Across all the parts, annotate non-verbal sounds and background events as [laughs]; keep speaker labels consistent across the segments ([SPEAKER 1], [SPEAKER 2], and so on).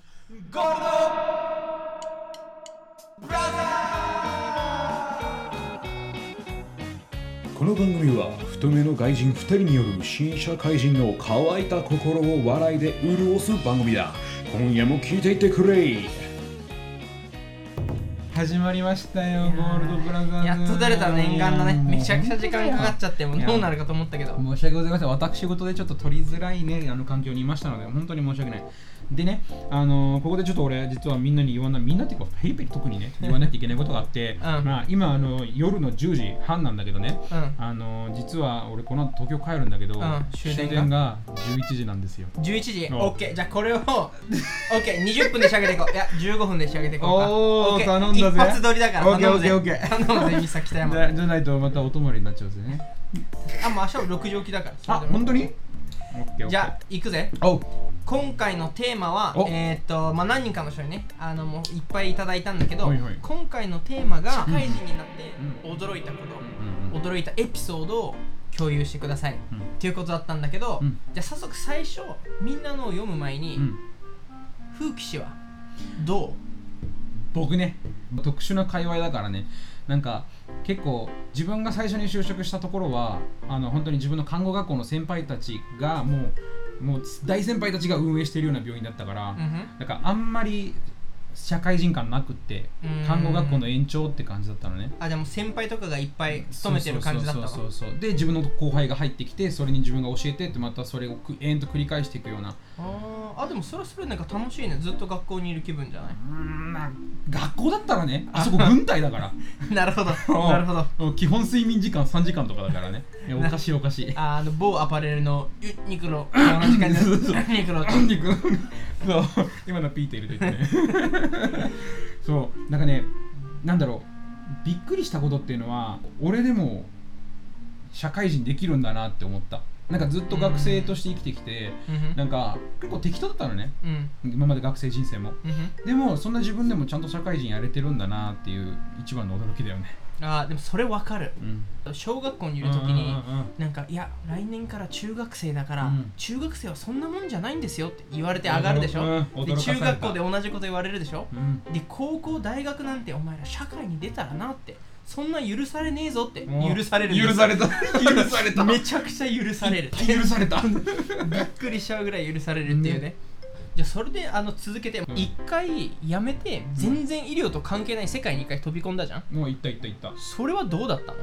[SPEAKER 1] ゴールドブラ
[SPEAKER 2] この番組は太めの外人2人による新社会人の乾いた心を笑いで潤す番組だ今夜も聞いていってくれ
[SPEAKER 1] 始まりましたよゴールドブラザーズ
[SPEAKER 3] やっと出れた念願のねめちゃくちゃ時間かかっちゃってもう
[SPEAKER 1] いや
[SPEAKER 3] どうなるかと思ったけど
[SPEAKER 1] 申し訳ございません私事でちょっと取りづらいねあの環境にいましたので本当に申し訳ないでねあのーここでちょっと俺実はみんなに言わないみんなっていうかペリペリ特にね言わなきゃいけないことがあって、
[SPEAKER 3] ん
[SPEAKER 1] まあ今あの夜の10時半なんだけどね、
[SPEAKER 3] うん
[SPEAKER 1] あのー実は俺この後東京帰るんだけど、
[SPEAKER 3] ん
[SPEAKER 1] 終
[SPEAKER 3] 終
[SPEAKER 1] 電
[SPEAKER 3] 電が
[SPEAKER 1] が11時なんですよ
[SPEAKER 3] 11時
[SPEAKER 1] お
[SPEAKER 3] オッケーじゃあこれを [laughs] オッケー20分で仕上げていこういや15分で仕上げていこうか
[SPEAKER 1] おー
[SPEAKER 3] オッケ
[SPEAKER 1] 頼んだぜ
[SPEAKER 3] 一発撮りだから
[SPEAKER 1] オッケー
[SPEAKER 3] 頼むぜ
[SPEAKER 1] オッケーオッケー
[SPEAKER 3] 頼むぜ三崎北山
[SPEAKER 1] だじゃないとまたお泊まりになっちゃうぜね
[SPEAKER 3] あもう明日6時起きだか
[SPEAKER 1] あ
[SPEAKER 3] らそれでも
[SPEAKER 1] 本当に
[SPEAKER 3] じゃあ行くぜ
[SPEAKER 1] あおう
[SPEAKER 3] 今回のテーマは
[SPEAKER 1] お
[SPEAKER 3] えーっとまあ何人かの人にねあのもういっぱいいただいたんだけど
[SPEAKER 1] はいはい
[SPEAKER 3] 今回のテーマが社会人になって
[SPEAKER 1] う
[SPEAKER 3] 驚いたこと
[SPEAKER 1] うんうん
[SPEAKER 3] 驚いたエピソードを共有してください、
[SPEAKER 1] うん
[SPEAKER 3] っていうことだったんだけど、
[SPEAKER 1] うん
[SPEAKER 3] じゃあ早速最初みんなのを読む前に、
[SPEAKER 1] うん
[SPEAKER 3] 風紀氏はど
[SPEAKER 1] 僕ね特殊な界隈だからねなんか結構自分が最初に就職したところはあの本当に自分の看護学校の先輩たちがもうもう大先輩たちが運営しているような病院だったから、
[SPEAKER 3] う、うん
[SPEAKER 1] なんかあんまり社会人感なくって
[SPEAKER 3] うーん
[SPEAKER 1] 看護学校の延長って感じだったのね
[SPEAKER 3] あじゃあもう先輩とかがいっぱい勤めてる感じだったわ
[SPEAKER 1] そうそうそうそうで自分の後輩が入ってきてそれに自分が教えてってまたそれをく延々と繰り返していくような
[SPEAKER 3] あーあでもそれはそれなんか楽しいねずっと学校にいる気分じゃな
[SPEAKER 1] うーんまあ学校だったらねあそこ軍隊だから
[SPEAKER 3] いなる
[SPEAKER 1] [laughs]
[SPEAKER 3] ほ
[SPEAKER 1] うん
[SPEAKER 3] どなるほど
[SPEAKER 1] うん基本睡眠時間3時間とかだからねいやおかしいおかしい
[SPEAKER 3] あの某アパレルのユニクロと同じ感じだ
[SPEAKER 1] [laughs] そう [laughs] そう
[SPEAKER 3] ユニクロ
[SPEAKER 1] あんにくんそう今のピーって入れててね [laughs] そうなんかねなんだろうびっくりしたことっていうのは俺でも社会人できるんだなって思ったなんかずっと学生として生きてきて
[SPEAKER 3] うん
[SPEAKER 1] なんか結構適当だったのね
[SPEAKER 3] うんうん
[SPEAKER 1] 今まで学生人生も
[SPEAKER 3] うん
[SPEAKER 1] でもそんな自分でもちゃんと社会人やれてるんだなっていう一番の驚きだよね、
[SPEAKER 3] あーでもそれわかる
[SPEAKER 1] うん、
[SPEAKER 3] 小学校にいるときに
[SPEAKER 1] うんうんうん
[SPEAKER 3] なんかいや来年から中学生だから、
[SPEAKER 1] うん
[SPEAKER 3] 中学生はそんなもんじゃないんですよって言われて上がるでしょ、
[SPEAKER 1] うん
[SPEAKER 3] で
[SPEAKER 1] 驚かされ
[SPEAKER 3] 中
[SPEAKER 1] た
[SPEAKER 3] 学校で同じこと言われるでしょ、
[SPEAKER 1] うん
[SPEAKER 3] で高校大学なんてお前ら社会に出たらなってそんな許されねえぞって
[SPEAKER 1] うん
[SPEAKER 3] 許されるんです
[SPEAKER 1] 許された [laughs] 許された
[SPEAKER 3] めちゃくちゃ許される
[SPEAKER 1] 許さ [laughs] れた
[SPEAKER 3] びっくりしちゃうぐらい許されるっていうね、
[SPEAKER 1] ね
[SPEAKER 3] じゃあそれであの続けて
[SPEAKER 1] ん
[SPEAKER 3] 一回やめて全然医療と関係ない世界に一回飛び込んだじゃん
[SPEAKER 1] もう行った行った行った
[SPEAKER 3] それはどうだったの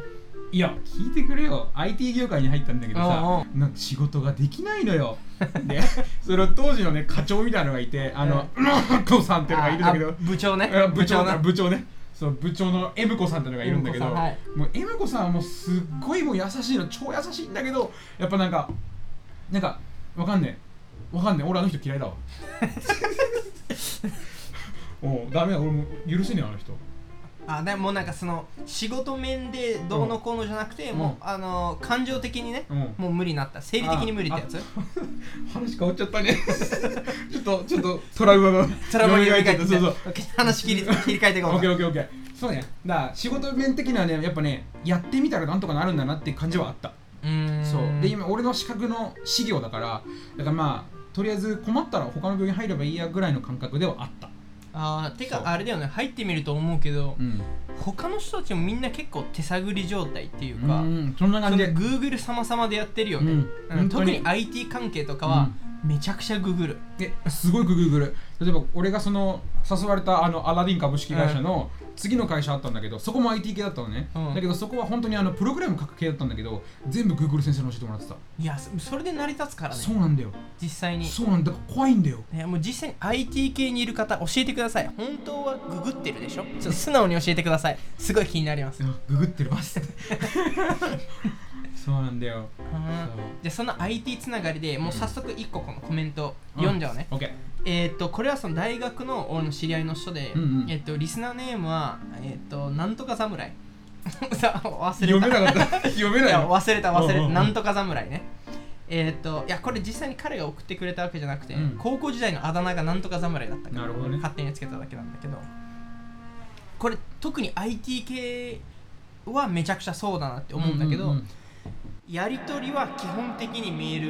[SPEAKER 1] いや聞いてくれよ IT 業界に入ったんだけどさ
[SPEAKER 3] う
[SPEAKER 1] なんか仕事ができないのよでそれを当時のね課長みたいなのがいてあの「 [laughs] うん、父さん」っていうのがいるんだけ
[SPEAKER 3] あ
[SPEAKER 1] ど
[SPEAKER 3] 部長ね
[SPEAKER 1] あ部長な
[SPEAKER 3] な
[SPEAKER 1] 部長ねそう部長の M 子さんっていうのがいるんだけど
[SPEAKER 3] M 子さんはい
[SPEAKER 1] もう M 子さんはもうすっごいもう優しいの超優しいんだけどやっぱなんかなんかわかんねえわかんねえ俺あの人嫌い
[SPEAKER 3] [laughs]
[SPEAKER 1] だわおうダメだ俺もう許せねえあの人
[SPEAKER 3] あでもなんかその仕事面でどうのこうのじゃなくて、
[SPEAKER 1] うん
[SPEAKER 3] もうあのー感情的にね、
[SPEAKER 1] うん
[SPEAKER 3] もう無理になった生理的に無理ってやつ
[SPEAKER 1] 話変わっちゃったね [laughs] ちょっとちょっとトラウマが
[SPEAKER 3] トラウマに
[SPEAKER 1] 蘇
[SPEAKER 3] 蘇
[SPEAKER 1] っ
[SPEAKER 3] って
[SPEAKER 1] き
[SPEAKER 3] てき
[SPEAKER 1] たそ
[SPEAKER 3] た
[SPEAKER 1] うそう
[SPEAKER 3] 話切り切り替えていこ
[SPEAKER 1] オッ
[SPEAKER 3] う
[SPEAKER 1] ケ
[SPEAKER 3] か
[SPEAKER 1] ーオッケーオッケーそうねだから仕事面的にはねやっぱねやってみたらなんとかなるんだなって感じはあった
[SPEAKER 3] うーん
[SPEAKER 1] そうで今俺の資格の資業だからだからまあとりあえず困ったら他の病院入ればいいやぐらいの感覚ではあった
[SPEAKER 3] あーて
[SPEAKER 1] そ
[SPEAKER 3] か
[SPEAKER 1] う
[SPEAKER 3] あれだよね入ってみると思うけど、
[SPEAKER 1] うん
[SPEAKER 3] 他の人たちもみんな結構手探り状態っていうか、
[SPEAKER 1] うんそんな
[SPEAKER 3] そ
[SPEAKER 1] 感
[SPEAKER 3] の
[SPEAKER 1] じで
[SPEAKER 3] Google 様々でやってるよね、
[SPEAKER 1] うん
[SPEAKER 3] うん
[SPEAKER 1] 本当
[SPEAKER 3] 特
[SPEAKER 1] に
[SPEAKER 3] に IT 関係とかは、めちゃくちゃググる
[SPEAKER 1] ですごいグーグル例えば俺がその誘われたあのアラディン株式会社の次の会社あったんだけどそこも IT 系だったのね、
[SPEAKER 3] うん
[SPEAKER 1] だけどそこは本当にあのプログラム書く系だったんだけど全部グーグル先生に教えてもらってた、
[SPEAKER 3] いやそそれで成り立つからね
[SPEAKER 1] そうなんだよ
[SPEAKER 3] 実際に
[SPEAKER 1] そうなんだだから怖いんだよ
[SPEAKER 3] ね、もう実際に IT 系にいる方教えてください本当はググってるでしょちょっと素直に教えてくださいすごい気になります
[SPEAKER 1] いやググってるますそうなんだよ
[SPEAKER 3] うんじゃあその IT つながりでもう早速1個このコメント読んじゃうね、
[SPEAKER 1] オッケー
[SPEAKER 3] えーっとこれはその大学の俺の知り合いの人で、
[SPEAKER 1] うんうん
[SPEAKER 3] えーっとリスナーネームはえーっとなんとか侍 [laughs] さ忘れ
[SPEAKER 1] 読
[SPEAKER 3] た
[SPEAKER 1] めなかった読めない
[SPEAKER 3] いや
[SPEAKER 1] よ
[SPEAKER 3] 忘れた忘れ
[SPEAKER 1] うんうん
[SPEAKER 3] た
[SPEAKER 1] うん
[SPEAKER 3] なんとか侍ねえーっといやこれ実際に彼が送ってくれたわけじゃなくて、
[SPEAKER 1] うん
[SPEAKER 3] 高校時代のあだ名がなんとか侍だったから
[SPEAKER 1] なるほどね
[SPEAKER 3] 勝手につけただけなんだけどこれ特に IT 系はめちゃくちゃそうだなって思うんだけど、
[SPEAKER 1] ううん
[SPEAKER 3] やり取りは基本的にメー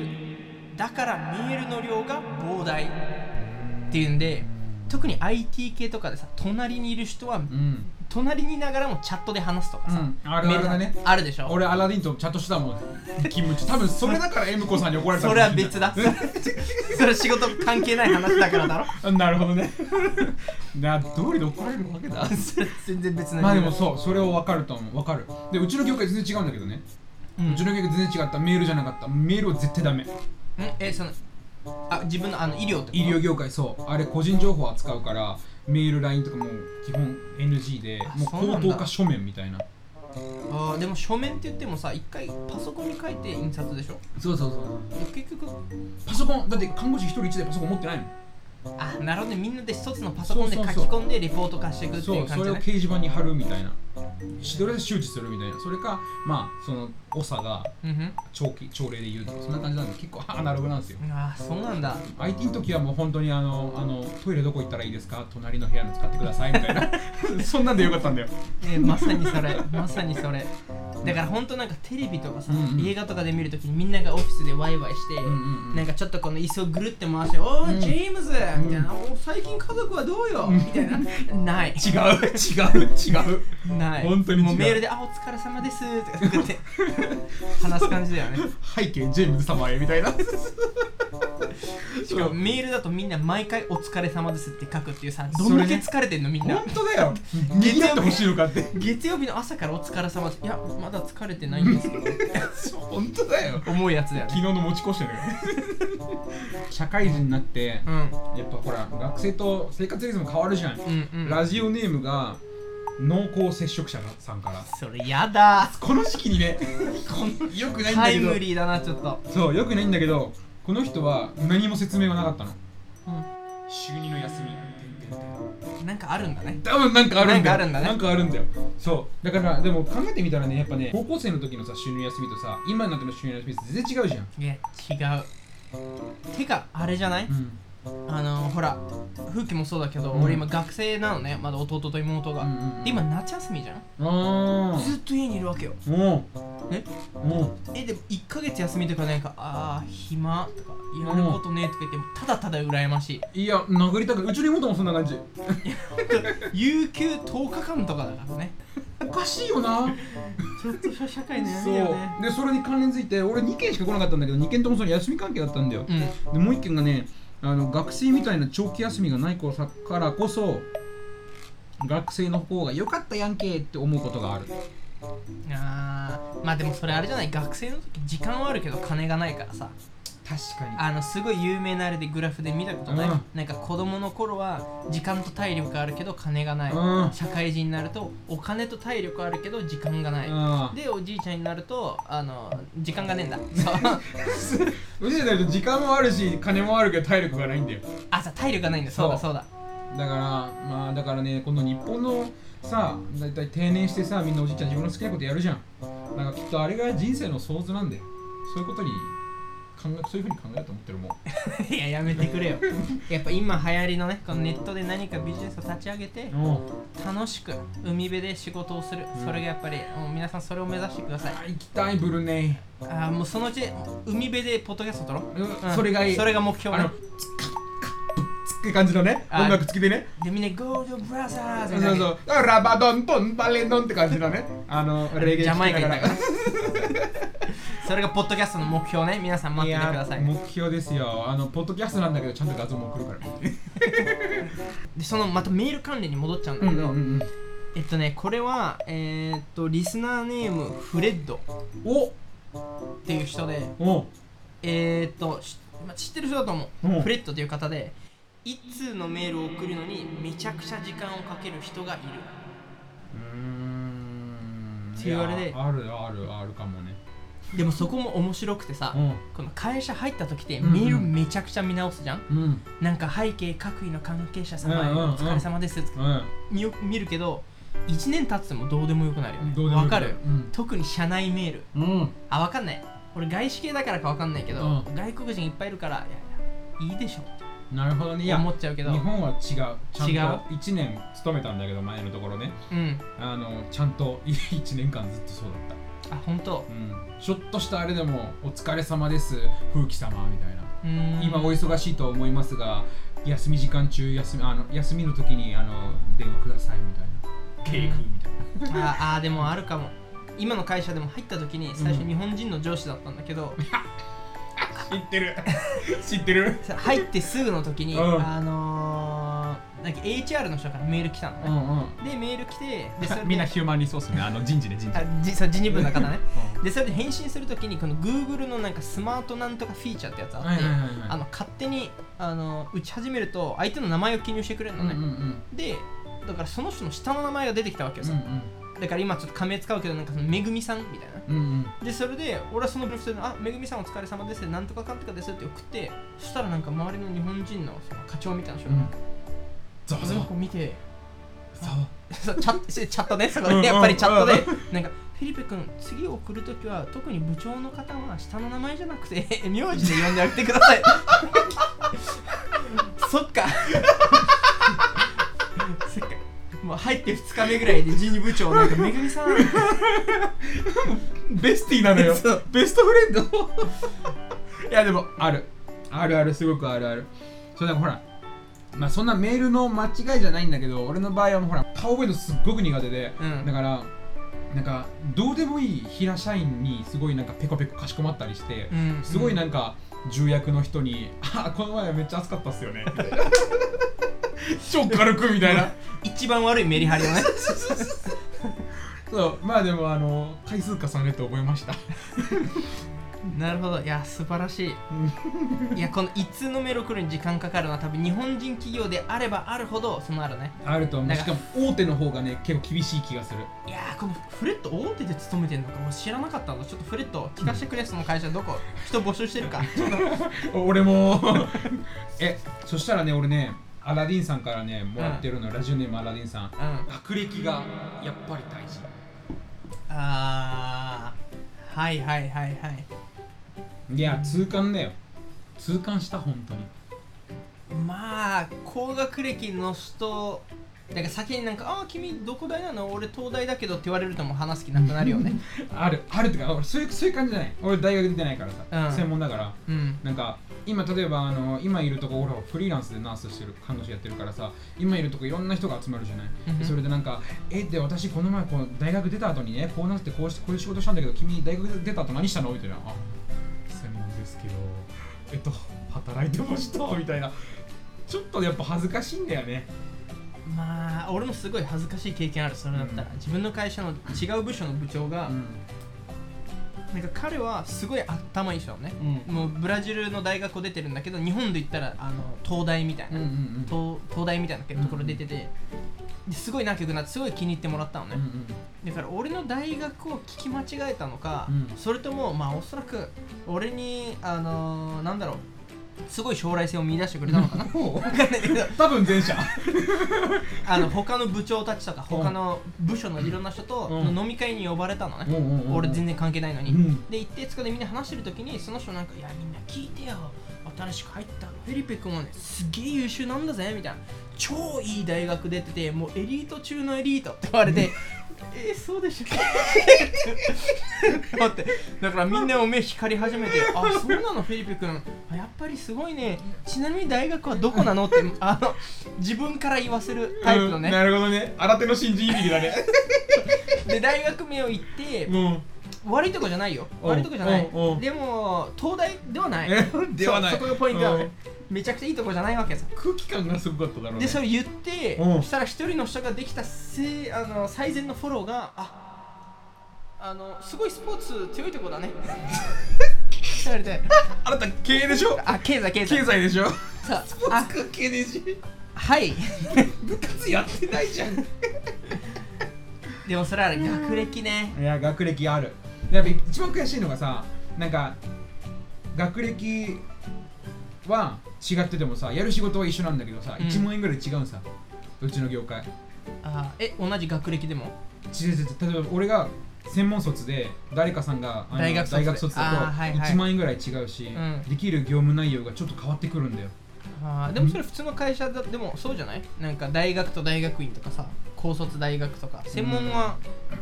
[SPEAKER 3] ルだからメールの量が膨大っていうんで特に IT 系とかでさ隣にいる人は
[SPEAKER 1] うん
[SPEAKER 3] 隣にいながらもチャットで話すとか
[SPEAKER 1] う
[SPEAKER 3] さ、
[SPEAKER 1] んあるあるだね
[SPEAKER 3] メールあるでしょ
[SPEAKER 1] 俺アラディンとチャットしたもん勤務中多分それだから M 子さんに怒られた
[SPEAKER 3] それは別だそれは仕事関係ない話だからだ
[SPEAKER 1] [laughs]
[SPEAKER 3] ろ
[SPEAKER 1] なるほどねな道理で怒られるわけだ
[SPEAKER 3] それ全然別な
[SPEAKER 1] まあでもそうそれを分かると思う分かるでうちの業界全然違うんだけどね
[SPEAKER 3] うん、う
[SPEAKER 1] うちの業界全然違ったメールじゃなかったメールは絶対ダメ
[SPEAKER 3] んえそのあ自分のあの医療ってこと
[SPEAKER 1] 医療業界そうあれ個人情報扱うからメール LINE とかもう基本 NG で
[SPEAKER 3] あ
[SPEAKER 1] も
[SPEAKER 3] そうな
[SPEAKER 1] うん口
[SPEAKER 3] だ
[SPEAKER 1] 頭か書面みたいな
[SPEAKER 3] あーでも書面って言ってもさ一回パソコンに書いて印刷でしょ
[SPEAKER 1] そうそうそう
[SPEAKER 3] 結局
[SPEAKER 1] パソコンだって看護師一人一台パソコン持ってないもん
[SPEAKER 3] あなるほどねみんなで一つのパソコンで書
[SPEAKER 1] そう
[SPEAKER 3] き
[SPEAKER 1] そうそう
[SPEAKER 3] 込んでレポート化していくってい
[SPEAKER 1] そうう
[SPEAKER 3] 感
[SPEAKER 1] そ
[SPEAKER 3] じ
[SPEAKER 1] れ
[SPEAKER 3] だ
[SPEAKER 1] を
[SPEAKER 3] ね
[SPEAKER 1] 掲示板に貼るみたいなそれで周知するみたいなそれかまあその長が
[SPEAKER 3] うんふん
[SPEAKER 1] 長期朝礼で言うとかそんな感じなんで結構アナログなんですよ
[SPEAKER 3] ああそうなんだ
[SPEAKER 1] IT の時はもう本当にあのあのトイレどこ行ったらいいですか隣の部屋の使ってくださいみたいな [laughs] そんなんでよかったんだよ
[SPEAKER 3] えーまさに
[SPEAKER 1] [laughs]
[SPEAKER 3] それまさにそれだからほんとなんかテレビとかさ、
[SPEAKER 1] うんうん
[SPEAKER 3] 映画とかで見るときにみんながオフィスでワイワイして、
[SPEAKER 1] うんうんうん
[SPEAKER 3] なんかちょっとこの椅子をぐるって回して「おー、
[SPEAKER 1] うん
[SPEAKER 3] ジェームズ!」みたいな「おー最近家族はどうよ?」みたいな
[SPEAKER 1] [laughs]
[SPEAKER 3] ない
[SPEAKER 1] 違う違う違う
[SPEAKER 3] ない
[SPEAKER 1] 本当に違う
[SPEAKER 3] もうメールで「あお疲れ様です」とか作って
[SPEAKER 1] [laughs]
[SPEAKER 3] 話す感じだよね
[SPEAKER 1] 背景ジェームズ様へみたいな
[SPEAKER 3] しかもメールだとみんな毎回「お疲れ様です」って書くっていうさどんだけ疲れてんのみんな
[SPEAKER 1] 本当だよ逃げってほしいのかって
[SPEAKER 3] 月曜日の朝から「お疲れ様です」いやまだ疲れてないんですけど
[SPEAKER 1] 本当だよ
[SPEAKER 3] 思うやつだよ
[SPEAKER 1] 昨
[SPEAKER 3] ね
[SPEAKER 1] 日の持ち越してる社会人になって
[SPEAKER 3] うん
[SPEAKER 1] やっぱほら学生と生活リズム変わるじゃん、
[SPEAKER 3] うんうん
[SPEAKER 1] ラジオネームが濃厚接触者さんから
[SPEAKER 3] それやだ
[SPEAKER 1] この時期にねこのよくないん
[SPEAKER 3] タ
[SPEAKER 1] だ
[SPEAKER 3] イ
[SPEAKER 1] けど
[SPEAKER 3] ムリーだなちょっと
[SPEAKER 1] そうよくないんだけどこの人は何も説明がなかったの、
[SPEAKER 3] うん
[SPEAKER 1] 週2の休み
[SPEAKER 3] なんかあるんだね
[SPEAKER 1] 多分なんかあるんだよ
[SPEAKER 3] なんかあるんだね
[SPEAKER 1] なんかあるんだよそうだからでも考えてみたらねやっぱね高校生の時のさ週2休みとさ今になっての週2休みって全然違うじゃん、
[SPEAKER 3] いや違うてかあれじゃない
[SPEAKER 1] うん、
[SPEAKER 3] あのほら風紀もそうだけど、
[SPEAKER 1] うん
[SPEAKER 3] 俺今学生なのねまだ弟と妹が、
[SPEAKER 1] うんうんうん
[SPEAKER 3] で今夏休みじゃん、
[SPEAKER 1] あ
[SPEAKER 3] ずっと家にいるわけよ
[SPEAKER 1] あもう
[SPEAKER 3] え
[SPEAKER 1] もう
[SPEAKER 3] えでも1ヶ月休みとかなんかあー暇とかやることねとか言ってただただ羨ましい
[SPEAKER 1] いや殴りたくうちの妹もそんな感じ
[SPEAKER 3] 有給10日間とかだからね
[SPEAKER 1] おかしいよな
[SPEAKER 3] ちょっと社社会の
[SPEAKER 1] そうでそれに関連づいて俺2件しか来なかったんだけど2件ともその休み関係だったんだよ、
[SPEAKER 3] うん
[SPEAKER 1] でもう1件がねあの学生みたいな長期休みがない頃さからこそ学生の方が良かったやんけーって思うことがある
[SPEAKER 3] あーまあでもそれあれじゃない学生の時時間はあるけど金がないからさ
[SPEAKER 1] 確か
[SPEAKER 3] あのすごい有名なあれでグラフで見たことない、
[SPEAKER 1] うん
[SPEAKER 3] なんか子供の頃は時間と体力あるけど金がない、
[SPEAKER 1] うん
[SPEAKER 3] 社会人になるとお金と体力あるけど時間がない、
[SPEAKER 1] あ
[SPEAKER 3] でおじいちゃんになるとあの時間がねえんだ
[SPEAKER 1] うちだと時間もあるし金もあるけど体力がないんだよ
[SPEAKER 3] 朝体力がないんだそうだ
[SPEAKER 1] そ
[SPEAKER 3] そうだ
[SPEAKER 1] だからまあだからねこの日本のさだいたい定年してさみんなおじいちゃん自分の好きなことやるじゃんなんかきっとあれが人生の想像なんだよそういうことに考えそういうふうに考えると思ってるもん
[SPEAKER 3] [laughs] いややめてくれよやっぱ今流行りのねこのネットで何かビジネスを立ち上げて楽しく海辺で仕事をする、それがやっぱりもう皆さんそれを目指してください
[SPEAKER 1] あ行きたいブルネイ
[SPEAKER 3] あーもうそのうち海辺でポッドキャスト撮ろう、
[SPEAKER 1] うん
[SPEAKER 3] うん
[SPEAKER 1] それがいい
[SPEAKER 3] それが目標
[SPEAKER 1] あの
[SPEAKER 3] ね
[SPEAKER 1] ツッカッカップツッって感じのね
[SPEAKER 3] あ
[SPEAKER 1] 音楽つきでね
[SPEAKER 3] でみんなゴールドブラザー
[SPEAKER 1] そ
[SPEAKER 3] ズ
[SPEAKER 1] う
[SPEAKER 3] みたい
[SPEAKER 1] そ
[SPEAKER 3] な
[SPEAKER 1] うそうあラバドントンバレドンって感じのねあのレゲエ
[SPEAKER 3] ジャマイカ行
[SPEAKER 1] 聴
[SPEAKER 3] っ
[SPEAKER 1] き
[SPEAKER 3] た
[SPEAKER 1] な
[SPEAKER 3] か
[SPEAKER 1] が
[SPEAKER 3] ら [laughs] それがポッドキャストの目標ね皆さん
[SPEAKER 1] らい
[SPEAKER 3] 待っててくだ
[SPEAKER 1] や
[SPEAKER 3] さいね
[SPEAKER 1] 目標ですよあのポッドキャストなんだけどちゃんと画像も送るから
[SPEAKER 3] でそのまたメール関連に戻っちゃうんだけど、
[SPEAKER 1] ん
[SPEAKER 3] えっとねこれはえーっとリスナーネームフレッドっ
[SPEAKER 1] お
[SPEAKER 3] ていう人で
[SPEAKER 1] お
[SPEAKER 3] えー、っとしまあ知ってる人だと思う、
[SPEAKER 1] うん
[SPEAKER 3] フレッドという方で一通のメールを送るのにめちゃくちゃ時間をかける人がいる
[SPEAKER 1] うーん
[SPEAKER 3] って言われで
[SPEAKER 1] いやあるあるあるかもね
[SPEAKER 3] でもそこも面白くてさ、
[SPEAKER 1] ん
[SPEAKER 3] この会社入った時って
[SPEAKER 1] うんうん
[SPEAKER 3] メールめちゃくちゃ見直すじゃん、
[SPEAKER 1] うん
[SPEAKER 3] なんか背景各位の関係者様へ
[SPEAKER 1] うんうんうん
[SPEAKER 3] お疲れ様ですとか
[SPEAKER 1] う
[SPEAKER 3] 見よ見るけど1年経ってもどうでもよくなるよ
[SPEAKER 1] ん
[SPEAKER 3] ね
[SPEAKER 1] どうでもいい
[SPEAKER 3] わかる
[SPEAKER 1] うん
[SPEAKER 3] 特に社内メール
[SPEAKER 1] うん
[SPEAKER 3] あわかんない俺外資系だからかわかんないけど、
[SPEAKER 1] う
[SPEAKER 3] 外国人いっぱいいるからいやいやいいでしょって
[SPEAKER 1] なるほどねいや
[SPEAKER 3] 思っちゃうけ
[SPEAKER 1] 日
[SPEAKER 3] ど
[SPEAKER 1] 本は違うちゃんと
[SPEAKER 3] 違う
[SPEAKER 1] 1年勤めたんだけど前のところね
[SPEAKER 3] うん
[SPEAKER 1] あのちゃんと1 [laughs] 年間ずっとそうだっ
[SPEAKER 3] あ本当
[SPEAKER 1] た、うん、ちょっとしたあれでも「お疲れ様です風紀様」みたいな
[SPEAKER 3] うー
[SPEAKER 1] 「
[SPEAKER 3] ん
[SPEAKER 1] 今お忙しいと思いますが休み時間中休みあの休みの時にあの電話くださいみたいな計画みたいな、
[SPEAKER 3] ああーでもあるかも今の会社でも入った時に最初日本人の上司だったんだけど、 [laughs]
[SPEAKER 1] 知ってる [laughs] 知ってる
[SPEAKER 3] さ入ってすぐの時に、
[SPEAKER 1] うん
[SPEAKER 3] あのー、なんか HR の人からメール来たの
[SPEAKER 1] う
[SPEAKER 3] ね、
[SPEAKER 1] んうん
[SPEAKER 3] でメール来てでそれで
[SPEAKER 1] みんなヒューマンリソースねあの人事ね人事
[SPEAKER 3] あじさ人事部の方ね
[SPEAKER 1] う
[SPEAKER 3] でそれで返信するときにこの Google のなんかスマートなんとかフィーチャーってやつあって、
[SPEAKER 1] はいはいはいはい
[SPEAKER 3] あの勝手にあの打ち始めると相手の名前を記入してくれるの
[SPEAKER 1] うんう
[SPEAKER 3] ね、
[SPEAKER 1] んうん
[SPEAKER 3] でだからその人の下の名前が出てきたわけよ
[SPEAKER 1] う
[SPEAKER 3] さ、
[SPEAKER 1] ん
[SPEAKER 3] だから今ちょっと仮名使うけどなんかそのめぐみさんみたいな
[SPEAKER 1] うんうん
[SPEAKER 3] でそれで俺はその普通に「あめぐみさんお疲れ様です」なんとかかんとかですって送ってそしたらなんか周りの日本人のその課長みたいな人が、
[SPEAKER 1] ざわ
[SPEAKER 3] そ
[SPEAKER 1] ざ
[SPEAKER 3] れを
[SPEAKER 1] わ
[SPEAKER 3] こう見て [laughs]
[SPEAKER 1] ざわ
[SPEAKER 3] そうチャッ [laughs] チャットね、そこ
[SPEAKER 1] うんう
[SPEAKER 3] で、
[SPEAKER 1] ん
[SPEAKER 3] やっぱりチャットで、なんか、フィリペ君、次送るときは、特に部長の方は、下の名前じゃなくて、 [laughs] 名字で呼んであげてください。 [laughs] そっか。 [laughs] そっか。もう入って2日目ぐらいで人事部長なんかめぐみさんい
[SPEAKER 1] ベスティーなのよ
[SPEAKER 3] そう
[SPEAKER 1] ベストフレンドいやでもあるあるあるすごくあるあるそうだからほらまあそんなメールの間違いじゃないんだけど俺の場合はもうほら顔覚えるのすっごく苦手で、
[SPEAKER 3] うん
[SPEAKER 1] だからなんかどうでもいい平社員にすごいなんかペコペコかしこまったりして、
[SPEAKER 3] うん
[SPEAKER 1] すごいなんか重役の人に「あこの前めっちゃ暑かったっすよ [laughs] ね」超軽くみたいな
[SPEAKER 3] 一番悪いメリハリをね
[SPEAKER 1] そうまあでもあの回数重ねて覚えました
[SPEAKER 3] なるほどいや素晴らしいいやこの一通のメール送るに時間かかるのは多分日本人企業であればあるほどそのあるね
[SPEAKER 1] あると思
[SPEAKER 3] な
[SPEAKER 1] うんし
[SPEAKER 3] か
[SPEAKER 1] かも大手の方がね結構厳しい気がする
[SPEAKER 3] いやーこのフレット大手で勤めてるのかもう知らなかったんだちょっとフレット聞かせてくれその会社どこ人募集してるかちょっと
[SPEAKER 1] お俺も [laughs] えそしたらね俺ねアラディンさんからねもらってるの、ラジオネームアラディンさん
[SPEAKER 3] うん
[SPEAKER 1] 学歴がやっぱり大事
[SPEAKER 3] あーはいはいはいはい
[SPEAKER 1] いや痛感だよ痛感した本当に
[SPEAKER 3] まあ高学歴の人だから先になんか「ああ君どこ大なの俺東大だけど」って言われるともう話す気なくなるよね
[SPEAKER 1] あるあるってか俺そういうそういう感じじゃない俺大学出てないからさ、
[SPEAKER 3] うん
[SPEAKER 1] 専門だから
[SPEAKER 3] うん
[SPEAKER 1] なんか今例えばあの今いるとこ俺はフリーランスでナースしてる看護師やってるからさ今いるとこいろんな人が集まるじゃない、
[SPEAKER 3] うんうん
[SPEAKER 1] それでなんか「えで私この前こう大学出た後にねこうなってこうしてこういう仕事したんだけど君大学出た後何したの?」みたいな「あ専門ですけどえっと働いてました」みたいなちょっとやっぱ恥ずかしいんだよね
[SPEAKER 3] まあ俺もすごい恥ずかしい経験あるそれだったら、
[SPEAKER 1] うん
[SPEAKER 3] 自分の会社の違う部署の部長が、
[SPEAKER 1] うん
[SPEAKER 3] なんか彼はすごい頭いい人なのね、
[SPEAKER 1] うん
[SPEAKER 3] もうブラジルの大学を出てるんだけど日本で言ったらあの東大みたい
[SPEAKER 1] うん
[SPEAKER 3] な、
[SPEAKER 1] うんうん
[SPEAKER 3] 東東大みたいなところ出てて、ですごい仲良くなってすごい気に入ってもらったのね、
[SPEAKER 1] うんうん
[SPEAKER 3] だから俺の大学を聞き間違えたのか、
[SPEAKER 1] うん
[SPEAKER 3] それともまあおそらく俺にあのーなんだろうすごい将来性を見出してくれたのかな
[SPEAKER 1] ほう
[SPEAKER 3] わかんないけど
[SPEAKER 1] 多分前者
[SPEAKER 3] あの他の部長たちとか他の部署のいろんな人と
[SPEAKER 1] うん
[SPEAKER 3] 飲み会に呼ばれたのね、俺
[SPEAKER 1] 俺
[SPEAKER 3] 全然関係ないのに、
[SPEAKER 1] うん
[SPEAKER 3] で行ってそこでみんな話してる時にその人なんか「いやみんな聞いてよ新しく入ったフェリペ君はねすげえ優秀なんだぜ」みたいな「超いい大学出ててもうエリート中のエリート」って言われて「えー、そうでしたっけ? 」待ってだからみんなお目光り始めて「あそうなのフェリペ君あやっぱりすごいねちなみに大学はどこなの?」ってあの自分から言わせるタイプの
[SPEAKER 1] うん
[SPEAKER 3] ね、
[SPEAKER 1] なるほどね新手の新人いびきだね
[SPEAKER 3] で大学名を言って
[SPEAKER 1] うん
[SPEAKER 3] 悪いとこじゃないよ
[SPEAKER 1] うん
[SPEAKER 3] 悪いとこじゃない
[SPEAKER 1] うんうん
[SPEAKER 3] でも東大ではない
[SPEAKER 1] えではない
[SPEAKER 3] そうそこがポイントだ
[SPEAKER 1] う
[SPEAKER 3] ね
[SPEAKER 1] ん
[SPEAKER 3] めちゃくちゃいいとこじゃないわけさ
[SPEAKER 1] 空気感がすごかっただろうね
[SPEAKER 3] でそれ言って
[SPEAKER 1] うん
[SPEAKER 3] そしたら一人の人ができたせいあの最善のフォローがああのすごいスポーツ強いと
[SPEAKER 1] [laughs]
[SPEAKER 3] こだね言われて
[SPEAKER 1] あなた経営でしょ
[SPEAKER 3] あ経済経済
[SPEAKER 1] 経済でしょ
[SPEAKER 3] さあ
[SPEAKER 1] 経営し
[SPEAKER 3] はい
[SPEAKER 1] 部活やってないじゃんい
[SPEAKER 3] でもそれは学歴ね
[SPEAKER 1] や学歴あるやっぱ一番悔しいのがさなんか学歴は違っててもさやる仕事は一緒なんだけどさ、
[SPEAKER 3] うん
[SPEAKER 1] 1万円ぐらい違うんさうちの業界
[SPEAKER 3] あえ同じ学歴でも
[SPEAKER 1] 違う違う例えば俺が専門卒で誰かさんがあの
[SPEAKER 3] 大学卒で
[SPEAKER 1] 卒
[SPEAKER 3] あー
[SPEAKER 1] だと
[SPEAKER 3] はいはい
[SPEAKER 1] 1万円ぐらい違うし、
[SPEAKER 3] うん
[SPEAKER 1] できる業務内容がちょっと変わってくるんだよ
[SPEAKER 3] あーでもそれ普通の会社だでもそうじゃないなんか大学と大学院とかさ高卒大学とか専門は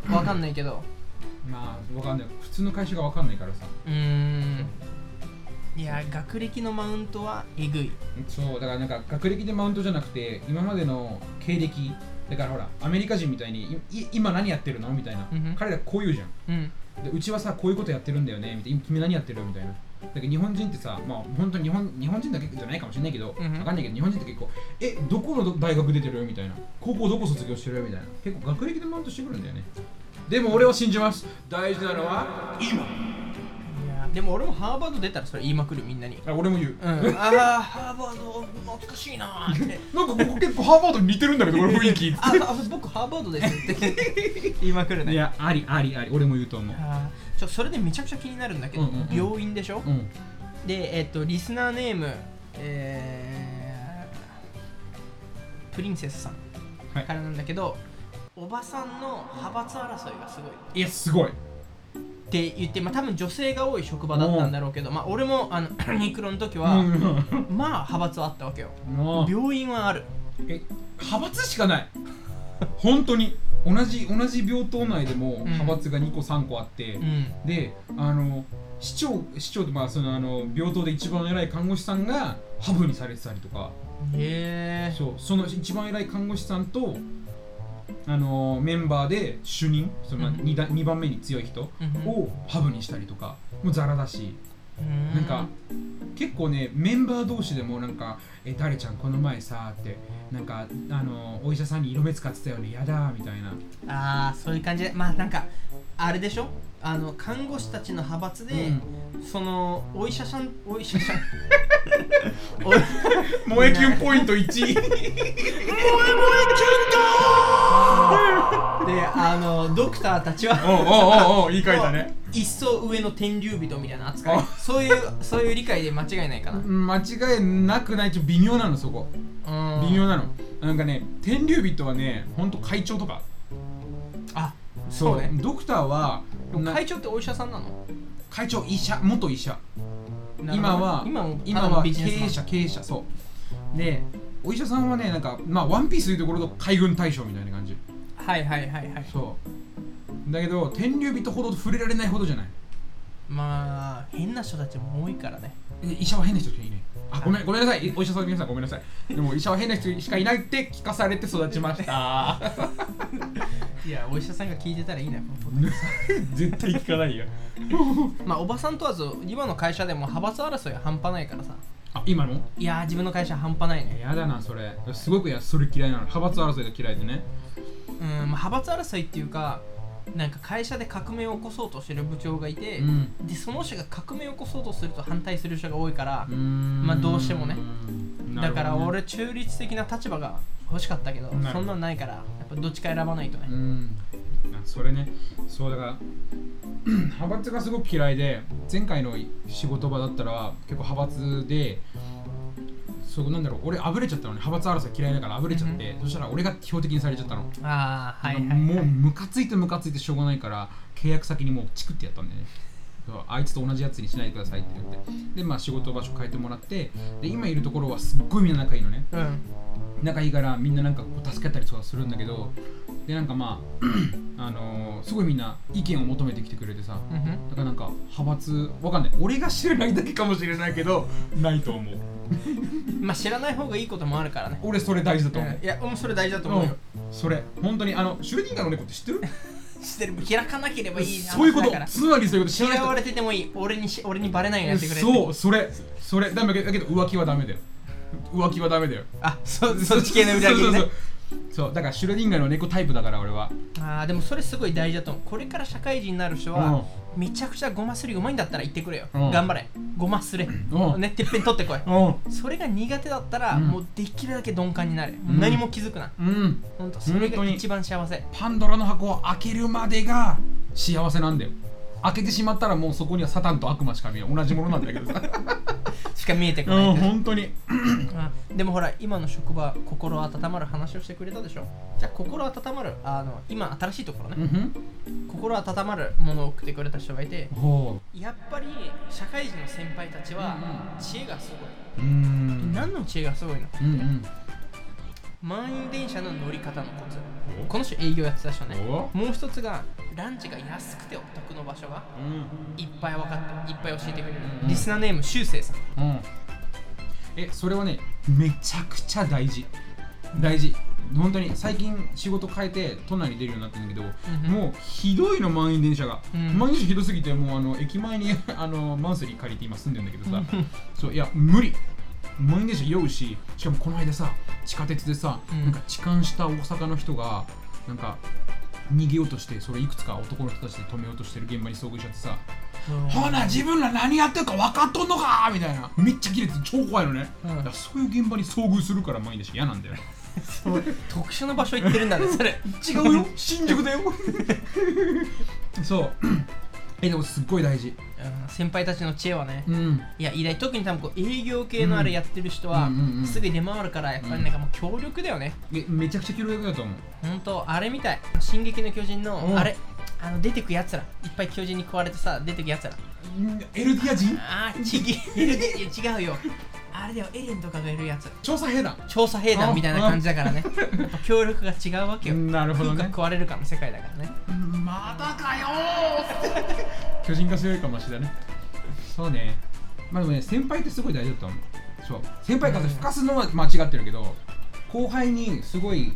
[SPEAKER 3] 分かんないけど
[SPEAKER 1] まあわかんない普通の会社がわかんないからさ
[SPEAKER 3] うーんいや学歴のマウントはえぐい
[SPEAKER 1] そうだからなんか学歴でマウントじゃなくて今までの経歴だからほらアメリカ人みたいにいい今何やってるのみたいな、
[SPEAKER 3] うんうん
[SPEAKER 1] 彼らこう言うじゃん
[SPEAKER 3] うん
[SPEAKER 1] でうちはさこういうことやってるんだよねみたいな今君何やってるみたいなだけど日本人ってさまあ本当に日本日本人だけじゃないかもしれないけど、
[SPEAKER 3] うんうん
[SPEAKER 1] わかんないけど日本人って結構えどこのど大学出てるみたいな高校どこ卒業してるみたいな結構学歴でマウントしてくるんだよねでも俺は信じます大事なのは今
[SPEAKER 3] いやでも俺もハーバード出たらそれ言いまくるみんなに
[SPEAKER 1] あ俺も言う、
[SPEAKER 3] うん [laughs] ああハーバード懐かしいなーって
[SPEAKER 1] なんかここ結構ハーバードに似てるんだけどこの雰囲気
[SPEAKER 3] [laughs] ああ僕ハーバードですって [laughs] 言いまくるね
[SPEAKER 1] いやありありあり俺も言うと思う
[SPEAKER 3] あーちょそれでめちゃくちゃ気になるんだけど、
[SPEAKER 1] うんうんうん
[SPEAKER 3] 病院でしょ、
[SPEAKER 1] うん
[SPEAKER 3] でえっとリスナーネームえープリンセスさん
[SPEAKER 1] はい
[SPEAKER 3] からなんだけど、おばさんの派閥争いがすごいっ
[SPEAKER 1] いやすごい
[SPEAKER 3] て言ってまあ多分女性が多い職場だったんだろうけどまあ俺もあの [clears throat] ユニクロの時は、
[SPEAKER 1] うん
[SPEAKER 3] まあ派閥はあったわけよ
[SPEAKER 1] もう
[SPEAKER 3] 病院はある
[SPEAKER 1] え派閥しかない本当に同じ同じ病棟内でも派閥が2個3個あって、
[SPEAKER 3] うん
[SPEAKER 1] であの市長市長ってまあそのあの病棟で一番偉い看護師さんがハブにされてたりとか
[SPEAKER 3] へえ
[SPEAKER 1] そうその一番偉い看護師さんとあのメンバーで主任その
[SPEAKER 3] うん
[SPEAKER 1] 2, だ二番目に強い人をハブにしたりとかもうザラだしなんか結構ねメンバー同士でもなんか「え誰ちゃんこの前さ」ってなんかあのお医者さんに色目使ってたよねやだーみたいな
[SPEAKER 3] ああそういう感じでまあなんかあれでしょあの看護師たちの派閥で、そのお医者さんお医者さん [laughs] おい
[SPEAKER 1] 萌えキュンポイン [laughs] ト1
[SPEAKER 3] [laughs] であのドクターたち
[SPEAKER 1] おうお [laughs]
[SPEAKER 3] は
[SPEAKER 1] うおうおういい回だね
[SPEAKER 3] 一層上の天竜人みたいな扱いそういうそういう理解で間違いないかな
[SPEAKER 1] 間違いなくないちょっと微妙なのそこ
[SPEAKER 3] うん
[SPEAKER 1] 微妙なのなんかね天竜人はねほんと会長とか
[SPEAKER 3] あそうね
[SPEAKER 1] ドクターは
[SPEAKER 3] でも
[SPEAKER 1] な
[SPEAKER 3] 会長ってお医者さんなの
[SPEAKER 1] 会長医者元医者
[SPEAKER 3] なるほ
[SPEAKER 1] 今
[SPEAKER 3] ど
[SPEAKER 1] は
[SPEAKER 3] 今も
[SPEAKER 1] 今
[SPEAKER 3] ただの
[SPEAKER 1] は経
[SPEAKER 3] ビジネスマン
[SPEAKER 1] 営者経営者そうでお医者さんはねなんかまあワンピースでいうところと海軍大将みたいな感じ
[SPEAKER 3] はいはいはいはい
[SPEAKER 1] そうだけど天竜人ほど触れられないほどじゃない
[SPEAKER 3] まあ変な人たちも多いからね
[SPEAKER 1] え医者は変な人しかいないあごめんごめんなさいお医者さんの皆さんごめんなさいでも医者は変な人しかいないって聞かされて育ちました
[SPEAKER 3] [laughs] いやお医者さんが聞いてたらいいな
[SPEAKER 1] 絶対聞かないよ
[SPEAKER 3] まあおばさん問わず今の会社でも派閥争いは半端ないからさ
[SPEAKER 1] あ今の
[SPEAKER 3] いやー自分の会社は半端ないね
[SPEAKER 1] やだなそれすごくいやそれ嫌いなの派閥争いが嫌いでね
[SPEAKER 3] うん、まあ、派閥争いっていうかなんか会社で革命を起こそうとしてる部長がいて、
[SPEAKER 1] うん
[SPEAKER 3] でその人が革命を起こそうとすると反対する人が多いから
[SPEAKER 1] うー、ん
[SPEAKER 3] まあどうしてもね
[SPEAKER 1] なるほど
[SPEAKER 3] だ
[SPEAKER 1] ね
[SPEAKER 3] から俺中立的な立場が欲しかったけど
[SPEAKER 1] なるほど
[SPEAKER 3] そんなんないからやっぱどっちか選ばないと
[SPEAKER 1] う
[SPEAKER 3] ね、
[SPEAKER 1] んあそれねそうだから [clears throat] 派閥がすごく嫌いで前回の仕事場だったら結構派閥でそうなんだろう俺あぶれちゃったのね派閥争い嫌いだからあぶれちゃって、そしたら俺が標的にされちゃったの、
[SPEAKER 3] ああはいはい、
[SPEAKER 1] も
[SPEAKER 3] は
[SPEAKER 1] う
[SPEAKER 3] い、
[SPEAKER 1] ムカついてムカついてしょうがないから契約先にもうチクってやったんでねそうあいつと同じやつにしないでくださいって言ってでまあ仕事場所変えてもらってで今いるところはすっごいみんな仲いいのね
[SPEAKER 3] うん
[SPEAKER 1] 仲いいからみんななんかこう助け合ったりとかするんだけどでなんかまあ [clears throat] あのーすごいみんな意見を求めてきてくれてさ
[SPEAKER 3] うんふん
[SPEAKER 1] だからなんか派閥わかんない俺が知らないだけかもしれないけどないと思う
[SPEAKER 3] まあ知らない方がいいこともあるからね、
[SPEAKER 1] 俺それ大事だと
[SPEAKER 3] う、
[SPEAKER 1] 思うん
[SPEAKER 3] いやうんそれ大事だと
[SPEAKER 1] う
[SPEAKER 3] 思うんよ、
[SPEAKER 1] それ本当にあのシュレディンガーの猫って知ってる
[SPEAKER 3] してる開かなければいいな
[SPEAKER 1] そういうこと
[SPEAKER 3] だから
[SPEAKER 1] つまりそういうこと知らない
[SPEAKER 3] 嫌
[SPEAKER 1] 人
[SPEAKER 3] われててもいい俺にし俺にバレないようにやってくれって
[SPEAKER 1] そうそれそれだめだけど浮気はダメだよ浮気はダメだよ
[SPEAKER 3] あそそっち系の裏切
[SPEAKER 1] そ
[SPEAKER 3] りね
[SPEAKER 1] うそうそうそうだからシュレディンガーの猫タイプだから俺は
[SPEAKER 3] あーでもそれすごい大事だと思うこれから社会人になる人は、めちゃくちゃごますりうまいんだったら言ってくれよ、
[SPEAKER 1] うん
[SPEAKER 3] 頑張れごますれ、
[SPEAKER 1] ん
[SPEAKER 3] ねてっぺん取ってこい
[SPEAKER 1] うん
[SPEAKER 3] それが苦手だったら、
[SPEAKER 1] うん
[SPEAKER 3] もうできるだけ鈍感になれ、もううん何も気づくな
[SPEAKER 1] うん
[SPEAKER 3] ほんとそれが一番幸せ
[SPEAKER 1] パンドラの箱を開けるまでが幸せなんだよ開けてしまったらもうそこにはサタンと悪魔しか見えない同じものなんだけどさ
[SPEAKER 3] しか見えてこ
[SPEAKER 1] [laughs] う
[SPEAKER 3] ない
[SPEAKER 1] ん
[SPEAKER 3] って、
[SPEAKER 1] 本当に
[SPEAKER 3] あでもほら今の職場心温まる話をしてくれたでしょじゃあ心温まるあの今新しいところ
[SPEAKER 1] う
[SPEAKER 3] ね、
[SPEAKER 1] ん
[SPEAKER 3] 心温まるものを送ってくれた人がいて
[SPEAKER 1] ふんほ
[SPEAKER 3] やっぱり社会人の先輩たちは知恵がすごい、
[SPEAKER 1] ううーん
[SPEAKER 3] 何の知恵がすごいの
[SPEAKER 1] うんうん
[SPEAKER 3] 満員電車の乗り方のコツこの人営業やってた人ね
[SPEAKER 1] お
[SPEAKER 3] もう一つがランチが安くてお得の場所が
[SPEAKER 1] うん
[SPEAKER 3] いっぱい分かっていっぱい教えてくれる
[SPEAKER 1] うん
[SPEAKER 3] リスナーネームしゅうせいさん
[SPEAKER 1] うんえそれはねめちゃくちゃ大事大事本当に最近仕事変えて都内に出るようになったんだけど、
[SPEAKER 3] うん
[SPEAKER 1] もうひどいの満員電車が、
[SPEAKER 3] うん
[SPEAKER 1] 満員電車ひどすぎてもうあの駅前に [laughs] あのマンスリー借りて今住んでんだけどさ、
[SPEAKER 3] うん
[SPEAKER 1] そういや無理満員電車酔うししかもこの間さ地下鉄でさ、
[SPEAKER 3] うん
[SPEAKER 1] なんか痴漢した大阪の人がなんか逃げようとしてそれいくつか男の人たちで止めようとしてる現場に遭遇しちゃってさ「ほな自分ら何やってるか分かっとんのか!」みたいなめっちゃキレて超怖いのね、
[SPEAKER 3] うん
[SPEAKER 1] だからそういう現場に遭遇するから満員電車嫌なんだよね
[SPEAKER 3] 特殊な場所行ってるんだ
[SPEAKER 1] [laughs]
[SPEAKER 3] ねそれ
[SPEAKER 1] 違うよ新宿だよ [laughs] そう [laughs] えでもすっごい大事
[SPEAKER 3] うん先輩たちの知恵はね
[SPEAKER 1] うん
[SPEAKER 3] いや偉大特に多分こう営業系のあれやってる人は
[SPEAKER 1] うんうんうんうん
[SPEAKER 3] すぐ出回るからやっぱりなんかもう強力だよね
[SPEAKER 1] えめちゃくちゃ協力だと思う
[SPEAKER 3] 本当あれみたい「進撃の巨人の」
[SPEAKER 1] うん
[SPEAKER 3] あれあの出てくやつらいっぱい巨人に食われてさ出てくやつら
[SPEAKER 1] エルディア人
[SPEAKER 3] あーちぎエルディいや違うよあれだよエレンとかがいるやつ
[SPEAKER 1] 調査兵団
[SPEAKER 3] 調査兵団みたいな感じだからねやっぱ協力が違うわけよ
[SPEAKER 1] なるほど
[SPEAKER 3] 食うか
[SPEAKER 1] ね
[SPEAKER 3] 食われるかの世界だからね
[SPEAKER 1] まだかよー [laughs] 巨人が強いかもしれないそうねまあでもね先輩ってすごい大事だと思うそう先輩からふかすのは間違ってるけど後輩にすごい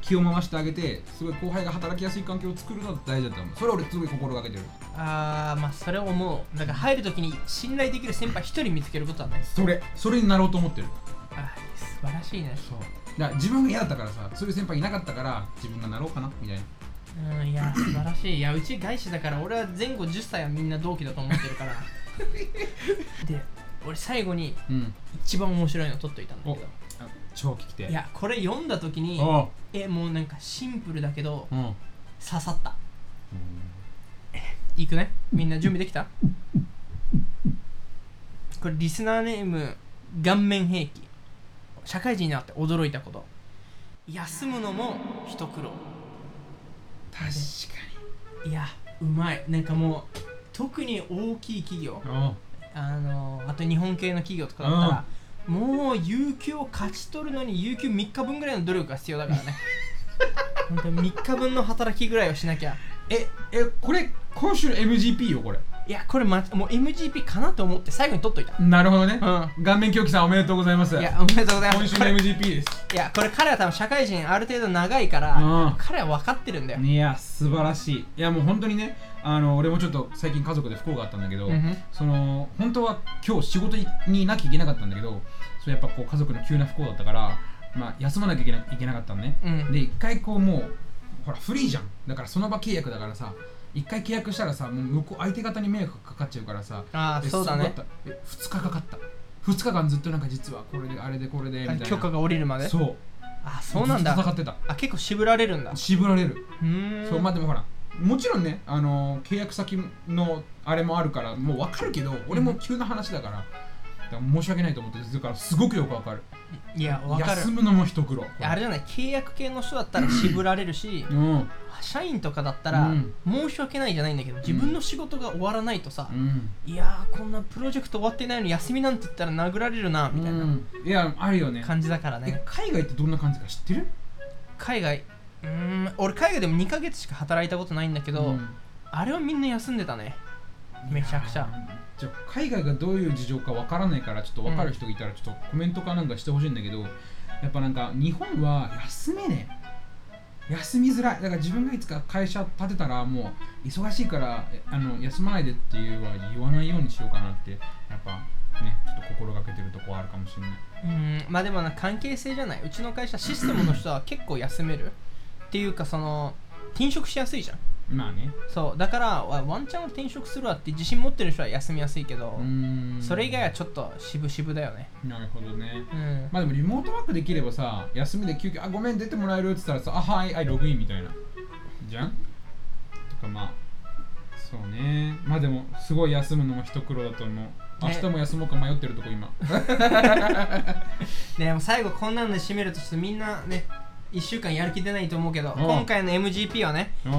[SPEAKER 1] 気を回してあげてすごい後輩が働きやすい環境を作るのは大事だと思うそれ俺すごい心がけてる
[SPEAKER 3] あーまあそれを思うだから入るときに信頼できる先輩一人見つけることはね
[SPEAKER 1] それそれになろうと思ってる
[SPEAKER 3] あー素晴らしいね
[SPEAKER 1] そうだから自分が嫌だったからさそういう先輩いなかったから自分がなろうかなみたいな
[SPEAKER 3] うんいや素晴らしいいやうち外資だから俺は前後10歳はみんな同期だと思ってる
[SPEAKER 1] [laughs]
[SPEAKER 3] からで俺最後に
[SPEAKER 1] うん
[SPEAKER 3] 一番面白いの取っといたんだけど
[SPEAKER 1] あ超聞きて
[SPEAKER 3] いやこれ読んだ時に
[SPEAKER 1] おう
[SPEAKER 3] えもうなんかシンプルだけど
[SPEAKER 1] うん
[SPEAKER 3] 刺さったいくねみんな準備できたこれリスナーネーム顔面兵器社会人になって驚いたこと休むのも一苦労
[SPEAKER 1] 確か
[SPEAKER 3] いやうまいなんかもう特に大きい企業
[SPEAKER 1] におう
[SPEAKER 3] あのあと日本系の企業とかだったら、もう有給を勝ち取るのに有給3日分ぐらいの努力が必要だか
[SPEAKER 1] [laughs]
[SPEAKER 3] らね本当に3日分の働きぐらいをしなきゃ
[SPEAKER 1] ええこれ今週の MGP よこれ
[SPEAKER 3] いやこれ、ま、もう MGP かなと思って最後に取っといた
[SPEAKER 1] なるほどね
[SPEAKER 3] う
[SPEAKER 1] 顔面狂気さんおめでとうございます
[SPEAKER 3] いやおめでとうございま
[SPEAKER 1] 今
[SPEAKER 3] す
[SPEAKER 1] 週
[SPEAKER 3] こ
[SPEAKER 1] の
[SPEAKER 3] れ
[SPEAKER 1] MGP です
[SPEAKER 3] いやこれ彼は多分社会人ある程度長いから、
[SPEAKER 1] うん
[SPEAKER 3] 彼は分かってるんだよ、
[SPEAKER 1] いや素晴らしいいやもう本当にねあの俺もちょっと最近家族で不幸があったんだけど、
[SPEAKER 3] うんふん
[SPEAKER 1] その本当は今日仕事になきゃいけなかったんだけどそれやっぱこう家族の急な不幸だったから、まあ、休まなきゃいけないけなかったのね、
[SPEAKER 3] うん
[SPEAKER 1] で一回こうもうほらフリーじゃんだからその場契約だからさ一回契約したらさもう向こう相手方に迷惑かかっちゃうからさ
[SPEAKER 3] ああ
[SPEAKER 1] え
[SPEAKER 3] そうだ
[SPEAKER 1] す
[SPEAKER 3] ね
[SPEAKER 1] ごかったえ2日かかった2日間ずっとなんか実はこれであれでこれでみたいな
[SPEAKER 3] 許可が下りるまで
[SPEAKER 1] そう
[SPEAKER 3] あそうな
[SPEAKER 1] ず
[SPEAKER 3] ん
[SPEAKER 1] っと戦
[SPEAKER 3] だ
[SPEAKER 1] ってた
[SPEAKER 3] あ結構渋られるんだう
[SPEAKER 1] 渋られる、
[SPEAKER 3] ーん
[SPEAKER 1] そうまあでもほらもちろんね、あの契約先のあれもあるからもう分かるけど俺も急な話だから,、だから申し訳ないと思ってだからすごくよく分かる
[SPEAKER 3] いや分かる
[SPEAKER 1] 休むのも一苦労
[SPEAKER 3] あれじゃない契約系の人だったら渋られるし
[SPEAKER 1] うん
[SPEAKER 3] 社員とかだったら
[SPEAKER 1] うん
[SPEAKER 3] 申し訳ないじゃないんだけど自分の仕事が終わらないとさ
[SPEAKER 1] うん
[SPEAKER 3] いやーこんなプロジェクト終わってないのに休みなんて言ったら殴られるなみたい
[SPEAKER 1] うん
[SPEAKER 3] ない
[SPEAKER 1] やあるよね
[SPEAKER 3] 感じだから
[SPEAKER 1] え
[SPEAKER 3] ね
[SPEAKER 1] 海外ってどんな感じか知ってる
[SPEAKER 3] 海外うーん俺海外でも2ヶ月しか働いたことないんだけど、
[SPEAKER 1] ん
[SPEAKER 3] あれはみんな休んでたねめちゃくちゃ
[SPEAKER 1] じゃあ海外がどういう事情かわからないからちょっとわかる人いたらちょっとコメントかなんかしてほしいんだけど、やっぱなんか日本は休めねえ休みづらいだから自分がいつか会社立てたらもう忙しいからえあの休まないでっていうは言わないようにしようかなってやっぱねちょっと心がけてるとこはあるかもしれないう
[SPEAKER 3] ーんまあでもな関係性じゃないうちの会社システムの人は結構休めるっていうかその転職しやすいじゃん
[SPEAKER 1] まあね
[SPEAKER 3] そうだからわワンチャンは転職するわって自信持ってる人は休みやすいけど、
[SPEAKER 1] うーん
[SPEAKER 3] それ以外はちょっと渋々だよね
[SPEAKER 1] なるほどね
[SPEAKER 3] うん
[SPEAKER 1] まあでもリモートワークできればさ休みで休憩あごめん出てもらえるって言ったらさあはいはいログインみたいなじゃんとかまあそうねまあでもすごい休むのも一苦労だと思う明日も休もうか迷ってるとこ今 [laughs]
[SPEAKER 3] でも最後こんなので締めるとちょっとみんなね1週間やる気出ないと思うけど
[SPEAKER 1] うん
[SPEAKER 3] 今回の MGP はね
[SPEAKER 1] う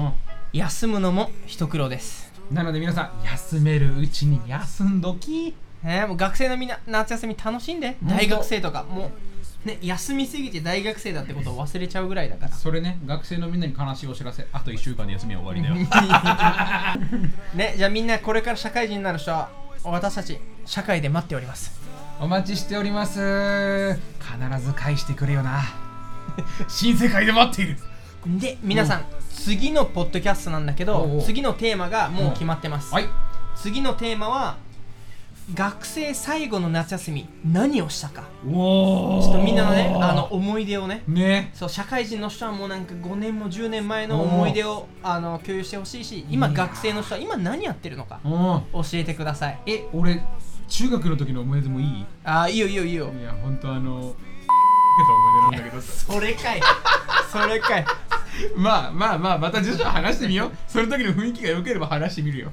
[SPEAKER 3] 休むのも一苦労です
[SPEAKER 1] んなので皆さん休めるうちに休んどき
[SPEAKER 3] ねもう学生のみんな夏休み楽しんで大学生とかもうね、休みすぎて大学生だってことを忘れちゃうぐらい
[SPEAKER 1] [laughs]
[SPEAKER 3] だから
[SPEAKER 1] それね学生のみんなに悲しいお知らせあと1週間で休みは終わりだよ
[SPEAKER 3] ねじゃあみんなこれから社会人になる人は私たち社会で待っております
[SPEAKER 1] [laughs] お待ちしております必ず返してくれよ
[SPEAKER 3] [laughs]
[SPEAKER 1] な新世界で待っている
[SPEAKER 3] で皆さん、次のポッドキャストなんだけど
[SPEAKER 1] おうおう
[SPEAKER 3] 次のテーマがもう決まってます、
[SPEAKER 1] はい
[SPEAKER 3] 次のテーマは学生最後の夏休み何をしたか
[SPEAKER 1] お
[SPEAKER 3] ちょっとみんなのねあの思い出をね
[SPEAKER 1] ね
[SPEAKER 3] そう社会人の人はもうなんか5年も10年前の思い出をあの共有してほしいし今
[SPEAKER 1] いやー
[SPEAKER 3] 学生の人は今何やってるのか
[SPEAKER 1] うん
[SPEAKER 3] 教えてくださいえ
[SPEAKER 1] 俺中学の時の思い出もいい
[SPEAKER 3] あーいいよいいよいいよ
[SPEAKER 1] いや本当あの受けた思い出なんだけど
[SPEAKER 3] それかいそれかい
[SPEAKER 1] [laughs] まあまあまあまた徐々に話してみようその時の雰囲気が良ければ話してみるよ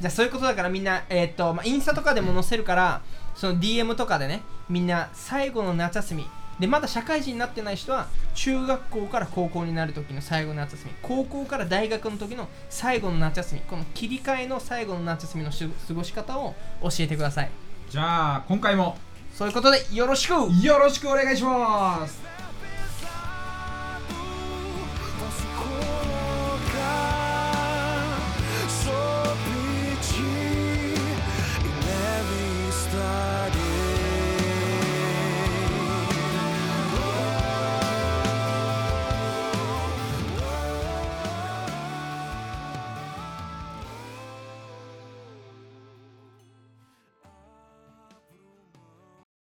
[SPEAKER 3] じゃあそういうことだからみんな、えーっとまあ、インスタとかでも載せるからその DM とかでねみんな最後の夏休みでまだ社会人になってない人は中学校から高校になる時の最後の夏休み高校から大学の時の最後の夏休みこの切り替えの最後の夏休みのし過ごし方を教えてください
[SPEAKER 1] じゃあ今回も
[SPEAKER 3] そういうことでよろしく
[SPEAKER 1] よろしくお願いします